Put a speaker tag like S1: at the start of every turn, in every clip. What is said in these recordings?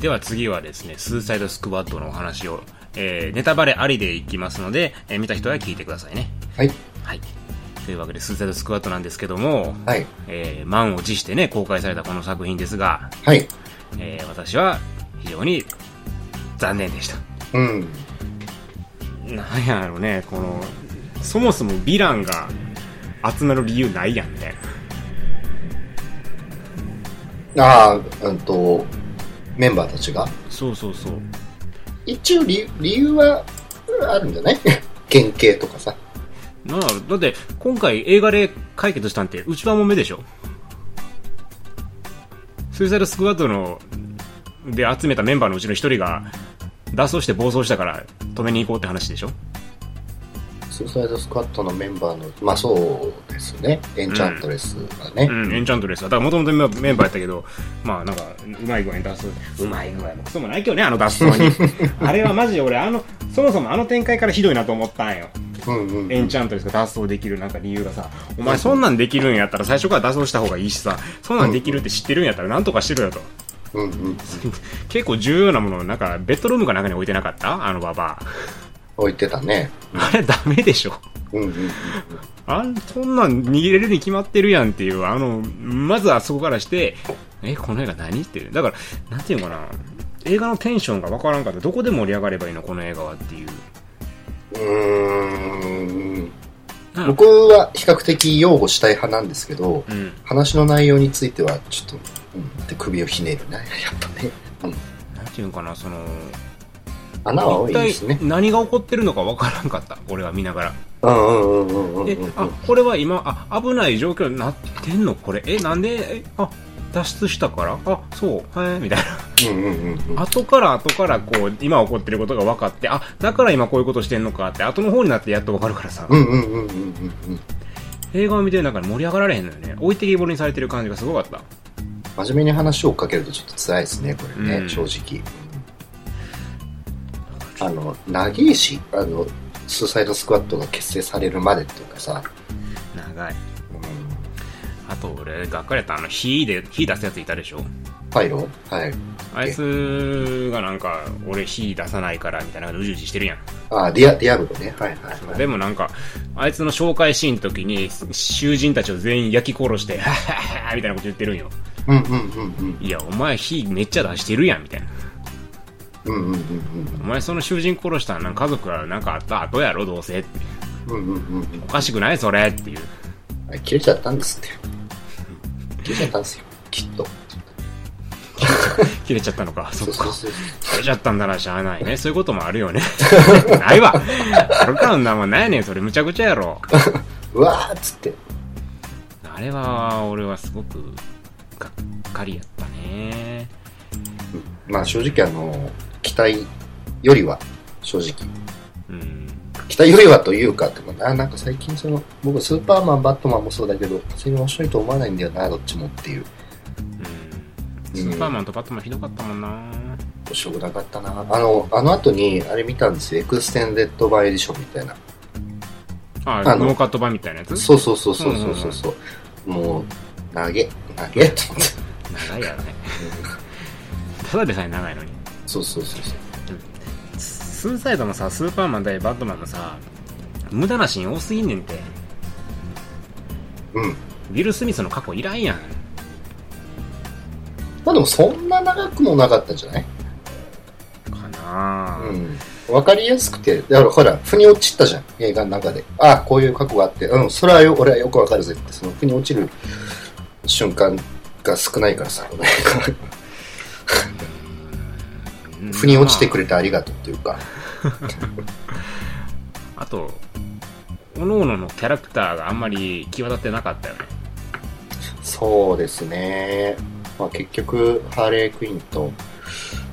S1: では次はですね、スーサイドスクワットのお話を、えーネタバレありでいきますので、えー見た人は聞いてくださいね。
S2: はい。
S1: はい。というわけで、スーサイドスクワットなんですけども、
S2: はい。
S1: えー満を持してね、公開されたこの作品ですが、
S2: はい。
S1: えー私は非常に残念でした。
S2: うん。
S1: なんやろね、この、そもそもヴィランが集まる理由ないやんみたいな。
S2: ああ、うんと、メンバーたちが。
S1: そうそうそう。
S2: 一応理理由はあるんじゃない 原型とかさ。
S1: なんだろうだって、今回映画で解決したんて、内輪もめでしょスーサイドスクワットの、で集めたメンバーのうちの一人が、脱走して暴走したから止めに行こうって話でしょ
S2: スーサイドスクワットのメンバーの、まあそうですね。エンチャントレスがね。
S1: うん、エンチャントレスは。だからもともとメンバーやったけど、まあなんか、うまい具合に脱走。うまい具合もクソもないけどね、あの脱 走に。あれはマジで俺、あの、そもそもあの展開からひどいなと思ったんよ。
S2: うん、うん、
S1: エンチャントレスが脱走できるなんか理由がさ、お前そんなんできるんやったら最初から脱走した方がいいしさ、そんなんできるって知ってるんやったらなんとかしてるよと。
S2: うん、うん。
S1: 結構重要なものをなんかベッドルームかなんかに置いてなかったあのババ
S2: 置いてたね。
S1: ア。あれダメでしょ。
S2: うん、うん。
S1: あんそんなん逃げれるに決まってるやんっていう、あの、まずあそこからして、え、この映画何っていう。だから、なんていうのかな。映画のテンションがわからんかった。どこで盛り上がればいいのこの映画はっていう。
S2: うーん
S1: うん
S2: 僕は比較的擁護したい派なんですけど、
S1: うん。
S2: 話の内容についてはちょっと、うん、って首をひねるね、やっぱね。うん、
S1: なんていうのかな、その、
S2: 穴は多いです
S1: 一
S2: ね
S1: 体。何が起こってるのかわからんかった。俺は見ながら。
S2: うんうんうんうんうん
S1: え
S2: うん。
S1: あこれは今あ危ない状況になってんのこれえなんでえあ脱出したからあそうへえみたい
S2: うんうんうんうん
S1: な 後から後からこう今起こってることが分かってあだから今こういうことしてんのかって後の方になってやっと分かるからさ、
S2: うんうんうんうんうんうん。
S1: 映画を見てる中で盛り上がられへんのよね置いてきぼりにされてる感じがすごかった
S2: 真面目に話を追っかけるとちょっと辛いですね、これね、
S1: うん
S2: 正直。あの、長いし、あの、スーサイドスクワットが結成されるまでっていうかさ、
S1: 長い
S2: うん、
S1: あと俺がっかりやったあの火で火出すやついたでしょ
S2: パイロはい。
S1: あいつがなんか俺火出さないからみたいなうじうじしてるやん
S2: あ、ディア、ディアブロね、はいはい、はい。
S1: でもなんか、あいつの紹介シーンの時に、囚人たちを全員焼き殺して、はははみたいなこと言ってるんよ。
S2: うんうんうんうん。
S1: いや、お前火めっちゃ出してるやん、みたいな。
S2: うんうんうん
S1: お前その囚人殺したのなんか家族がなんかあった後やろ、どうせ。って
S2: うんうんうんうんうん
S1: おかしくないそれっていう。
S2: あれ切れちゃったんですって切れちゃったんですよきっと
S1: 切れちゃったのか。そっ
S2: そ
S1: か
S2: う。そうそう
S1: 切れちゃったんだな、しゃあないね。そういうこともあるよね。 ないわ。あるかんなもんないねん、それむちゃくちゃやろ。
S2: うわーっつって
S1: あれは、俺はすごく、がっかりやったね。
S2: まあ正直あの期待よりは正直
S1: うん。
S2: 期待よりはというかでもななんか最近その僕スーパーマンバットマンもそうだけど別に面白いと思わないんだよなどっちもっていう
S1: うん。スーパーマンとバットマンひどかったもんな。
S2: 面白くなかったなあのあの後にあれ見たんですよエクステンデッドバイエディションみたいな
S1: あ、
S2: あの
S1: ノーカット版みたいなやつ
S2: そうそうそうそうそうそうそうもう投げ投げと思って
S1: 長いやろね。 ただでさえ長いのに。
S2: そうそうそうそう
S1: スーサイドもさ、スーパーマン対バットマンもさ、無駄なシーン多すぎんねんて。
S2: うん
S1: ビル・スミスの過去いらんやん。
S2: まあでもそんな長くもなかったんじゃない
S1: かなぁ、
S2: うん。わかりやすくて、だからほら、腑に落ちたじゃん、映画の中で。ああ、こういう過去があって、うん、それはよ、俺はよくわかるぜって、その腑に落ちる瞬間が少ないからさ、こ の映
S1: うん
S2: 画腑に落ちてくれてありがとうっていうか。
S1: あと、各々のキャラクターがあんまり際立ってなかったよね。
S2: そうですね。まあ結局、ハーレークイーンと、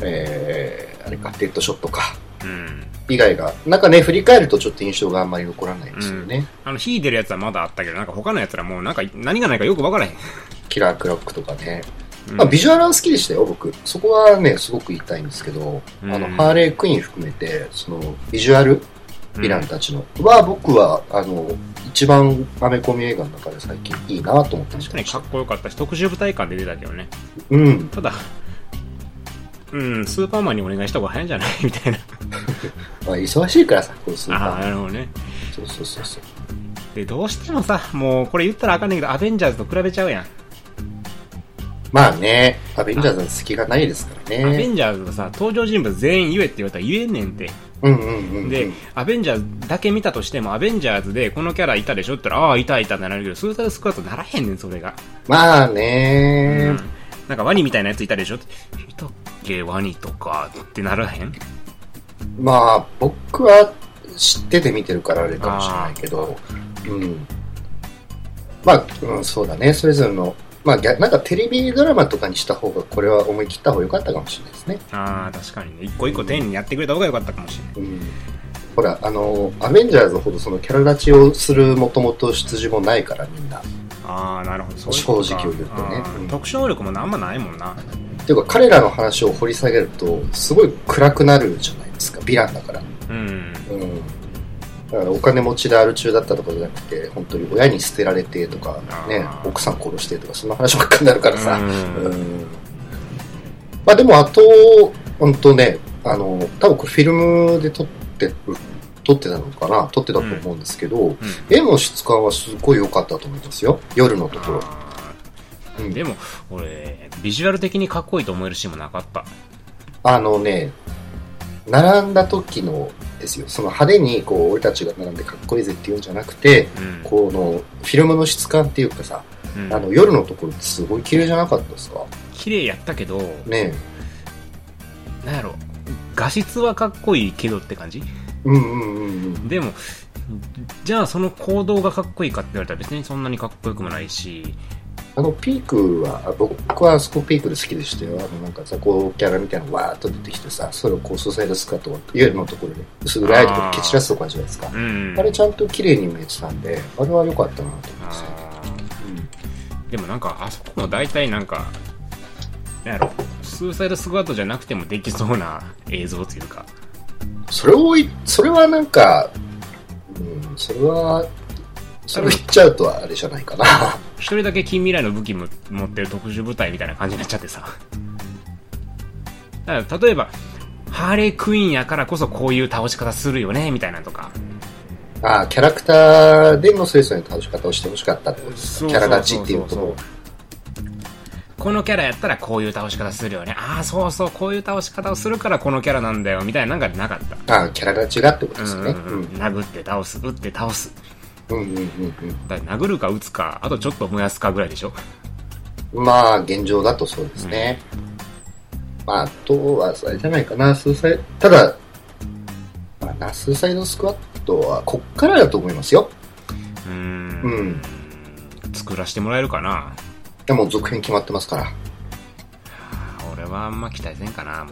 S2: えー、あれか、デッドショットか。
S1: うん。
S2: 以外が、なんかね、振り返るとちょっと印象があんまり残らないですよね。
S1: あの、火出るやつはまだあったけど、なんか他のやつらもうなんか何がないかよくわからへん。
S2: キラークロックとかね。
S1: うん
S2: まあ、ビジュアルは好きでしたよ、僕。そこはね、すごく言いたいんですけど、
S1: うん
S2: あの、ハーレークイーン含めて、その、ビジュアル、ヴィランたちの、は、僕は、あの、一番アメコミ映画の中で最近いいなと思って
S1: 確
S2: まし
S1: か
S2: た
S1: にかっこよかったし、特殊部隊感で出たけどね。
S2: うん。
S1: ただ、うん、スーパーマンにお願いした方が早いんじゃないみたいな。
S2: まあ、忙しいからさ、このスー
S1: ああ、
S2: パ
S1: なるほどね。
S2: ー。そうそうそうそう。
S1: で、どうしてもさ、もうこれ言ったらあかんねんけど、アベンジャーズと比べちゃうやん。
S2: まあね、アベンジャーズの隙がないですから
S1: アベ
S2: ね。
S1: ンジャーズはさ、登場人物全員言えって言われたら言えんねんって。
S2: うんうんうんうん。
S1: で、アベンジャーズだけ見たとしても、アベンジャーズでこのキャラいたでしょって言ったら、ああ、いたいたってなるけど、スーサイドスクワットならへんねん、それが。
S2: まあ
S1: う
S2: ね
S1: ん、なんかワニみたいなやついたでしょっていたっけ、ワニとかってならへん
S2: まあ、僕は知ってて見てるからあれかもしれないけど、うん。まあ、うん、そうだね、それぞれの、まあ、逆なんかテレビドラマとかにした方が、これは思い切った方が良かったかもしれないですね。
S1: ああ、確かにね。一個一個丁寧にやってくれた方が良かったかもしれない。
S2: うん。ほら、あの、アベンジャーズほどそのキャラ立ちをするもともと出自もないから、みんな。
S1: ああ、なるほど。そういう
S2: 正直を言うとね
S1: あー
S2: うん
S1: 特殊能力もあんまないもんな。
S2: っていうか、彼らの話を掘り下げると、すごい暗くなるじゃないですか、ヴィランだから。
S1: うん。
S2: うん。だからお金持ちである中だったとかじゃなくて、本当に親に捨てられてとか
S1: あ、ー
S2: ね、奥さん殺してとか、そんな話ばっかになるからさ。
S1: うん
S2: うんまあでも、あと、本当ね、あの、多分これフィルムで撮ってる、撮ってたのかな撮ってたと思うんですけど、絵の質感はすごい良かったと思いますよ。夜のところ。
S1: あ
S2: う
S1: ー
S2: ん
S1: でも、俺、ビジュアル的にかっこいいと思えるシーンもなかった。
S2: あのね、並んだ時のですよ、その派手にこう俺たちが並んでかっこいいぜって言うんじゃなくて、
S1: うん。
S2: このフィルムの質感っていうかさ、
S1: うん
S2: あの夜のところってすごい綺麗じゃなかったですか
S1: 綺麗やったけど、
S2: ね
S1: なんやろ。画質はかっこいいけどって感じ
S2: え。うんうんうんうん。
S1: でも、じゃあその行動がかっこいいかって言われたら別にそんなにかっこよくもないし、
S2: あのピークは、あ僕はあそこピークで好きでしたよ。あのなんかさ、こうキャラみたいなのわーっと出てきてさ、それをこう素材でスカートを夜のところで、薄暗いところで蹴散らすとかじゃないですか。
S1: うん。
S2: あれちゃんと綺麗に見えてたんで、あれは良かったなと思いますね。
S1: あーでもなんかあそこも大体なんかなんやろスーサイドスクワットじゃなくてもできそうな 映像というか
S2: それをい、それはなんか、うん、それは、それを言っちゃうとはあれじゃないかな。
S1: 一人だけ近未来の武器も持ってる特殊部隊みたいな感じになっちゃってさだから例えばハーレークイーンやからこそこういう倒し方するよねみたいなとか
S2: ああ、キャラクターでのそれぞれの倒し方をしてほしかったってことです
S1: そ
S2: か
S1: う
S2: キャラ立ちっていうこと
S1: そうそうそうこのキャラやったらこういう倒し方するよねああそうそうこういう倒し方をするからこのキャラなんだよみたいななんかなかった
S2: ああ、キャラ立ちがってこと
S1: う
S2: です
S1: ん
S2: よ
S1: う
S2: ね。
S1: んうん殴って倒す打って倒す
S2: うん、うん、うん、うん
S1: だから殴るか撃つか、あとちょっと燃やすかぐらいでしょ。
S2: うん。まあ、現状だとそうですね。まあ、あとは、あれじゃないかな、スーサイ、ただ、まあな、スーサイドスクワットは、こっからだと思いますよ。
S1: うーん
S2: うん。
S1: 作らせてもらえるかな
S2: でも、続編決まってますから。
S1: 俺はあんま期待せんかな、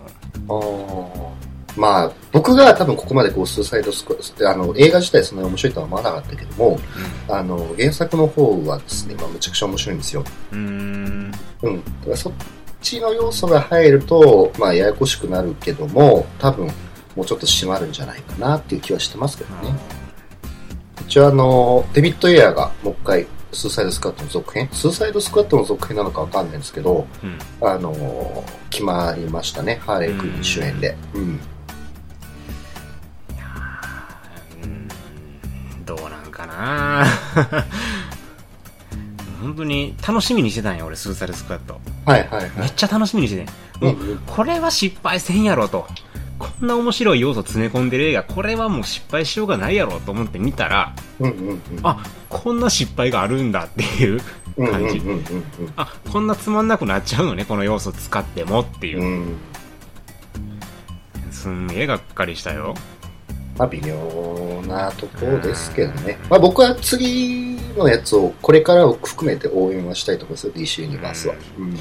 S1: もう。
S2: まあ、僕が多分ここまでこう、スーサイドスクワット、あの、映画自体そんなに面白いとは思わなかったけども、あの、原作の方はですね、まあ、むちゃくちゃ面白いんですよ。
S1: うーん。
S2: うん。だからそっちの要素が入ると、まあ、ややこしくなるけども、多分、もうちょっと締まるんじゃないかなっていう気はしてますけどね。一応あの、デビッド・エアーがもう一回、スーサイドスクワットの続編スーサイドスクワットの続編なのかわかんないんですけど、
S1: うん。
S2: あの、決まりましたね。ハーレー・クイーン主演で。うん。
S1: うんどうなんかな 本当に楽しみにしてたんよ、俺、スーサルスクワット。
S2: はいはいは
S1: め
S2: い
S1: っ。ちゃ楽しみにしててん。もう、
S2: うん
S1: これは失敗せんやろと。こんな面白い要素詰め込んでる映画、これはもう失敗しようがないやろと思って見たら、
S2: うんうんうん。
S1: あ、こんな失敗があるんだっていう。
S2: うんうんうん
S1: 感じ
S2: うんうん
S1: あこんなつまんなくなっちゃうのねこの要素使ってもっていうう、
S2: ん。うん。
S1: すんげえがっかりしたよ
S2: まあ、微妙なところですけどね。まあ、僕は次のやつを、これからを含めて応援はしたいと思いますよ、DC ユニバースは。うん。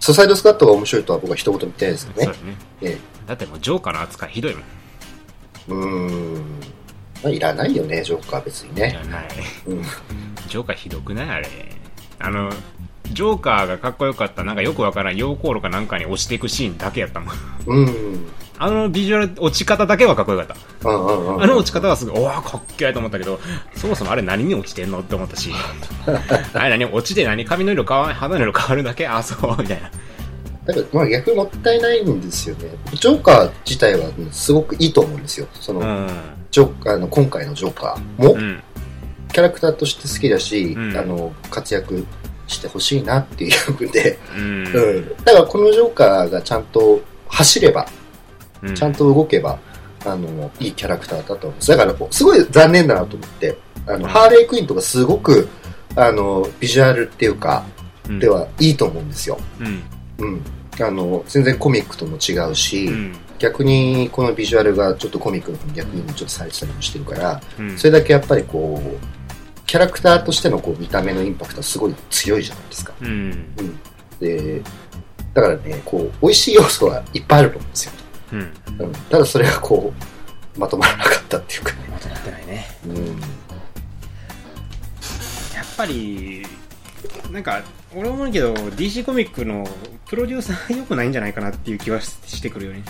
S2: ソサイドスカットが面白いとは僕は一言も言ってないですけ
S1: そう
S2: ど
S1: だ
S2: ね。
S1: ね
S2: え
S1: だってもうジョーカーの扱いひどいもんい
S2: え、うーん。まあ、いらないよね、ジョーカーは別にね。
S1: らない
S2: うん。
S1: ジョーカーひどくないあれあのジョーカーがかっこよかったなんかよくわからん溶鉱炉かなんかに押していくシーンだけやったもん
S2: うん。うん
S1: あのビジュアル落ち方だけはかっこよかった
S2: うんうん。
S1: あの落ち方はすごいおおかっけえと思ったけどそもそもあれ何に落ちてんのって思った しあれ何落ちて何髪の色変わん肌の色変わるだけあそうみたいな
S2: なんか、まあ逆にもったいないんですよね。ジョーカー自体はうんすごくいいと思うんですよ。その、
S1: う
S2: ジョーカーあの、今回のジョーカーも
S1: ん。う、ん。
S2: キャラクターとして好きだし、
S1: うん
S2: あの、活躍してほしいなっていう役で、
S1: うん。
S2: うん。だからこのジョーカーがちゃんと走れば、
S1: うん。
S2: ちゃんと動けば、あの、いいキャラクターだと思います。だから、すごい残念だなと思って、あの、ハーレークイーンとかすごく、あの、ビジュアルっていうか、
S1: うん
S2: で。はいいと思うんですよ。
S1: うん。
S2: うん。あの、全然コミックとも違うし、
S1: うん。
S2: 逆にこのビジュアルがちょっとコミックの方に逆にちょっとされてたりもしてるから、
S1: うん
S2: それだけやっぱりこう、キャラクターとしてのこう見た目のインパクトはすごい強いじゃないですか。
S1: うん。
S2: うん。で、だからね、こう、美味しい要素はいっぱいあると思うんですよ。
S1: うん。
S2: うん、ただそれがこう、まとまらなかったっていうかね。
S1: まとまってないね。
S2: うん。
S1: やっぱり、なんか、俺思うけど、DC コミックのプロデューサー良くないんじゃないかなっていう気はしてくるよね。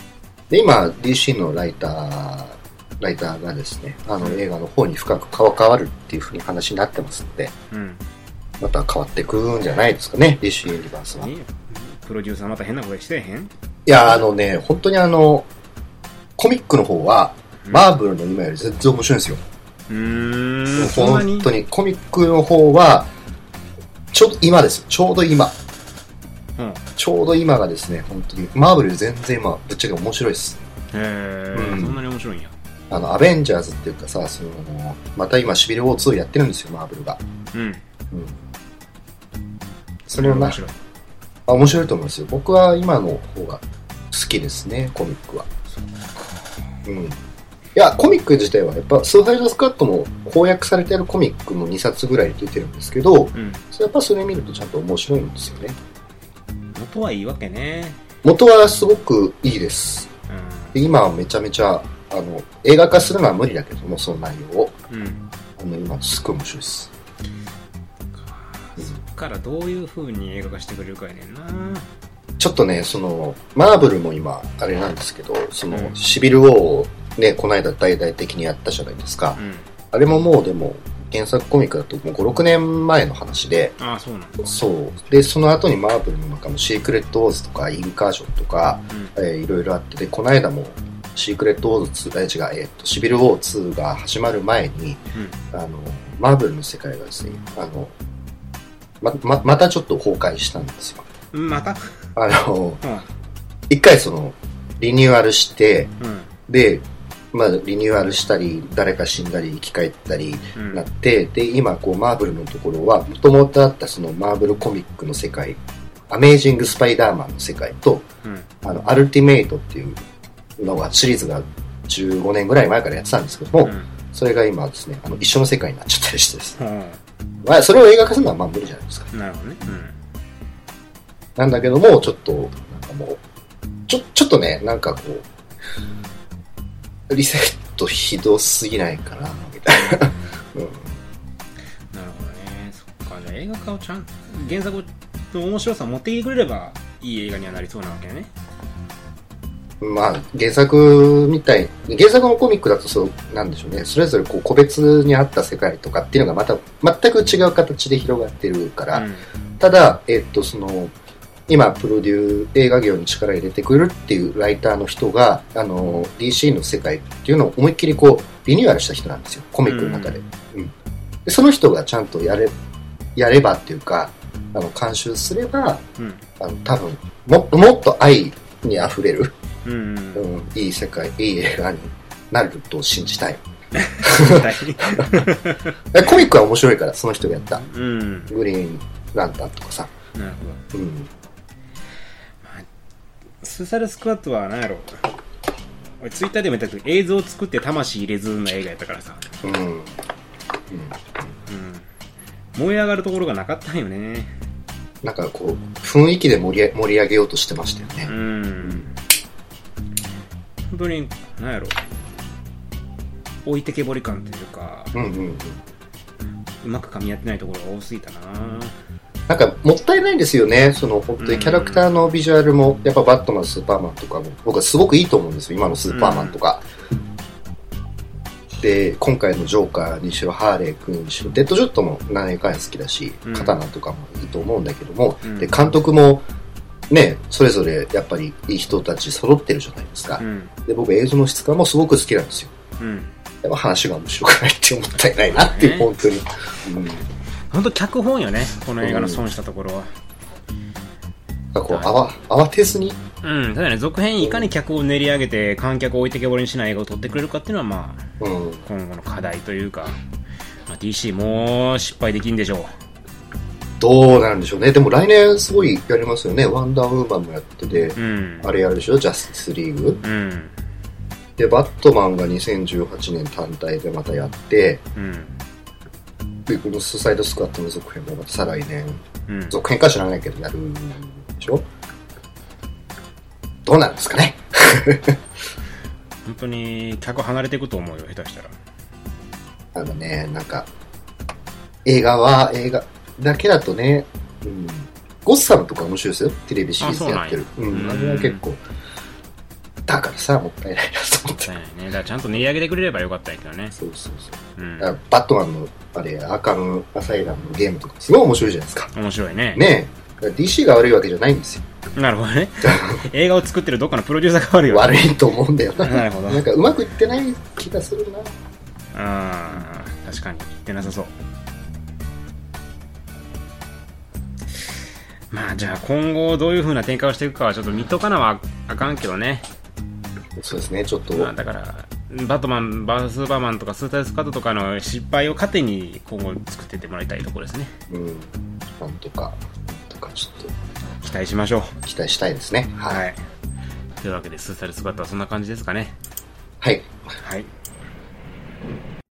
S2: で、今、DC のライター、ライターがですね、あの映画の方に深く顔変わるっていうふうに話になってますので、
S1: うん。
S2: また変わってくんじゃないですかね、DC ユニバースは。い
S1: ねプロデューサーまた変な声してへん
S2: や、あのね、本当にあの、コミックの方は、マーブルの今より全然面白いんですよ。
S1: うーん、そんなに
S2: 本当に。コミックの方は、ちょうど今です。ちょうど今。
S1: うん。
S2: ちょうど今がですね、本当に。マーブルより全然今、ぶっちゃけ面白いです。
S1: へ
S2: う
S1: ー、
S2: ん
S1: そんなに面白いんや。
S2: あの、アベンジャーズっていうかさ、その、また今、シビルウォー2やってるんですよ、マーブルが。
S1: うん。
S2: うん。それはな
S1: 面、白い。
S2: あ面白いと思いますよ。僕は今の方が好きですね、コミックは。うん。いや、コミック自体は、やっぱ、スーサイドスカットも翻訳されてるコミックも2冊ぐらい出てるんですけど、
S1: うん。
S2: それやっぱそれ見るとちゃんと面白いんですよね。
S1: 元はいいわけね。
S2: 元はすごくいいです。で今はめちゃめちゃ、あの、映画化するのは無理だけども、その内容を。
S1: うん。うん。
S2: あの、今、すっごい面白いです。
S1: そっからどういう風に映画化してくれるかやねんな。
S2: ちょっとね、その、マーブルも今、あれなんですけど、その
S1: う、ん
S2: シビルウォーをね、この間大々的にやったじゃないですか
S1: う。ん。
S2: あれももうでも、原作コミックだともう5、6年前の話で、
S1: ああ、そうなんだ。
S2: そう。で、その後にマーブルの中のシークレットウォーズとか、インカージョンとか、
S1: うん。
S2: えーいろいろあって、で、この間も、シークレットウォーズ2、あ違う、えーっと、シビルウォー2が始まる前に、
S1: うん。
S2: あの、マーブルの世界がですね、あの、ま、ま、またちょっと崩壊したんですよ。
S1: うんまた
S2: あの、
S1: う
S2: 一回その、リニューアルして、
S1: ん。うん。
S2: で、まあ、リニューアルしたり、誰か死んだり、生き返ったり、
S1: うん
S2: なって、で、今、こう、マーブルのところは、もともとあったそのマーブルコミックの世界、アメージング・スパイダーマンの世界と、
S1: うん。
S2: あの、アルティメイトっていうのが、シリーズが15年ぐらい前からやってたんですけども、
S1: うん
S2: それが今ですね、あの、一緒の世界になっちゃったりしてですね。
S1: う
S2: まあ、それを映画化するのはまあ無理じゃないですか。
S1: ん。なるほどね。
S2: なんだけども、ちょっと、なんかもう、ちょ、ちょっとね、なんかこう、リセットひどすぎないかな、みたいな。 うん
S1: うん。なるほどね。そっか。じゃあ映画化をちゃん、原作の面白さを持ってきてくれれば、いい映画にはなりそうなわけね。
S2: まあ、原作みたい、原作のコミックだとそうなんでしょうね、それぞれこう個別にあった世界とかっていうのがまた全く違う形で広がってるか
S1: う
S2: ら、
S1: ん。
S2: ただ、えっと、その、今、プロデュー、映画業に力入れてくるっていうライターの人が、あの、DC の世界っていうのを思いっきりこう、リニューアルした人なんですよ、コミックの中で。うんでその人がちゃんとやれ、やればっていうか、あの、監修すれば、
S1: うん。
S2: あの、多分、ももっと愛に溢れる、
S1: うん。うん。
S2: うん、いい世界、いい映画になると信じたい。えコミックは面白いから、その人がやった。
S1: うん。
S2: グリーンランタンとかさ。
S1: なるほど。
S2: うん。
S1: スーサルスクワットは何やろ俺ツイッターでも言ったけど映像作って魂入れずの映画やったからさ、
S2: うん。うん、
S1: うん、燃え上がるところがなかったんよね
S2: なんかこう、雰囲気で盛り上げ盛り上げようとしてましたよ
S1: う
S2: ね。
S1: ん本当に何やろ置いてけぼり感というか
S2: うんうんうん。
S1: うまく噛み合ってないところが多すぎたな
S2: なんか、もったいないんですよね。その、本当
S1: うん
S2: にキャラクターのビジュアルも、やっぱバットマン、スーパーマンとかも、僕はすごくいいと思うんですよ。今のスーパーマンとか。で、今回のジョーカーにしろ、ハーレー君にしろ、デッドジョットも何回か好きだし
S1: うん、
S2: 刀とかもいいと思うんだけども、
S1: うん
S2: で、監督も、ね、それぞれやっぱりいい人たち揃ってるじゃないですか
S1: う。ん。
S2: で、僕映像の質感もすごく好きなんですよ。
S1: うん。
S2: でも話が面白くないってもったいないなっていう、
S1: ね
S2: 本当に。うん
S1: ほんと脚本よね、この映画の損したところは。
S2: なんかこう、あわ、慌てずに、
S1: うん、ただね、続編いかに客を練り上げて観客を置いてけぼりにしない映画を撮ってくれるかっていうのは、まあ、
S2: うん、
S1: 今後の課題というか、まあ、DC もう失敗できんでしょ
S2: どうなんでしょうね。でも来年すごいやりますよね。ワンダーウーマンもやってて
S1: う。う、ん。
S2: あれやるでしょ、ジャスティスリーグ。
S1: うん。
S2: で、バットマンが2018年単体でまたやって、
S1: うん。
S2: で、このスーサイドスクワットの続編もまた再来年、
S1: うん。
S2: 続編か知らないけどやるんでしょどうなんですかね
S1: 本当に客離れていくと思うよ、下手したら。
S2: あのね、なんか、映画は映画だけだとね、うん、ゴッサムとか面白いですよ。テレビシリーズでやってる
S1: あ。そううなんやう
S2: ん、
S1: ん
S2: あれは結構。だからさ、もったいないなと思って。
S1: そうやね。だからちゃんと練り上げてくれればよかったんやけどね。
S2: そうそうそうう。
S1: ん
S2: だ。からバットマンの、あれ、アーカム、アサイラムのゲームとか、すごい面白いじゃないですか。
S1: 面白いね。
S2: ねえ。だから DC が悪いわけじゃないん ですよ。
S1: なるほどね。映画を作ってるどっかのプロデューサーが悪いわ。
S2: 悪いと思うんだよな。
S1: なるほど
S2: なんかうまくいってない気がするな。
S1: あー確かに言ってなさそうまあじゃあ今後どういう風な展開をしていくかはちょっと見とかなはあかんけどね、
S2: そうですね、ちょっと。
S1: まあ、だからバットマンバースーパーマンとかスータイスカートとかの失敗を糧に今後作っていってもらいたいところですね
S2: うん。なんとか、なんとかちょっ
S1: 期待しましょう
S2: と期待したいですね。はい。
S1: はいというわけでスータイルスカートはそんな感じですかね
S2: はい。
S1: はい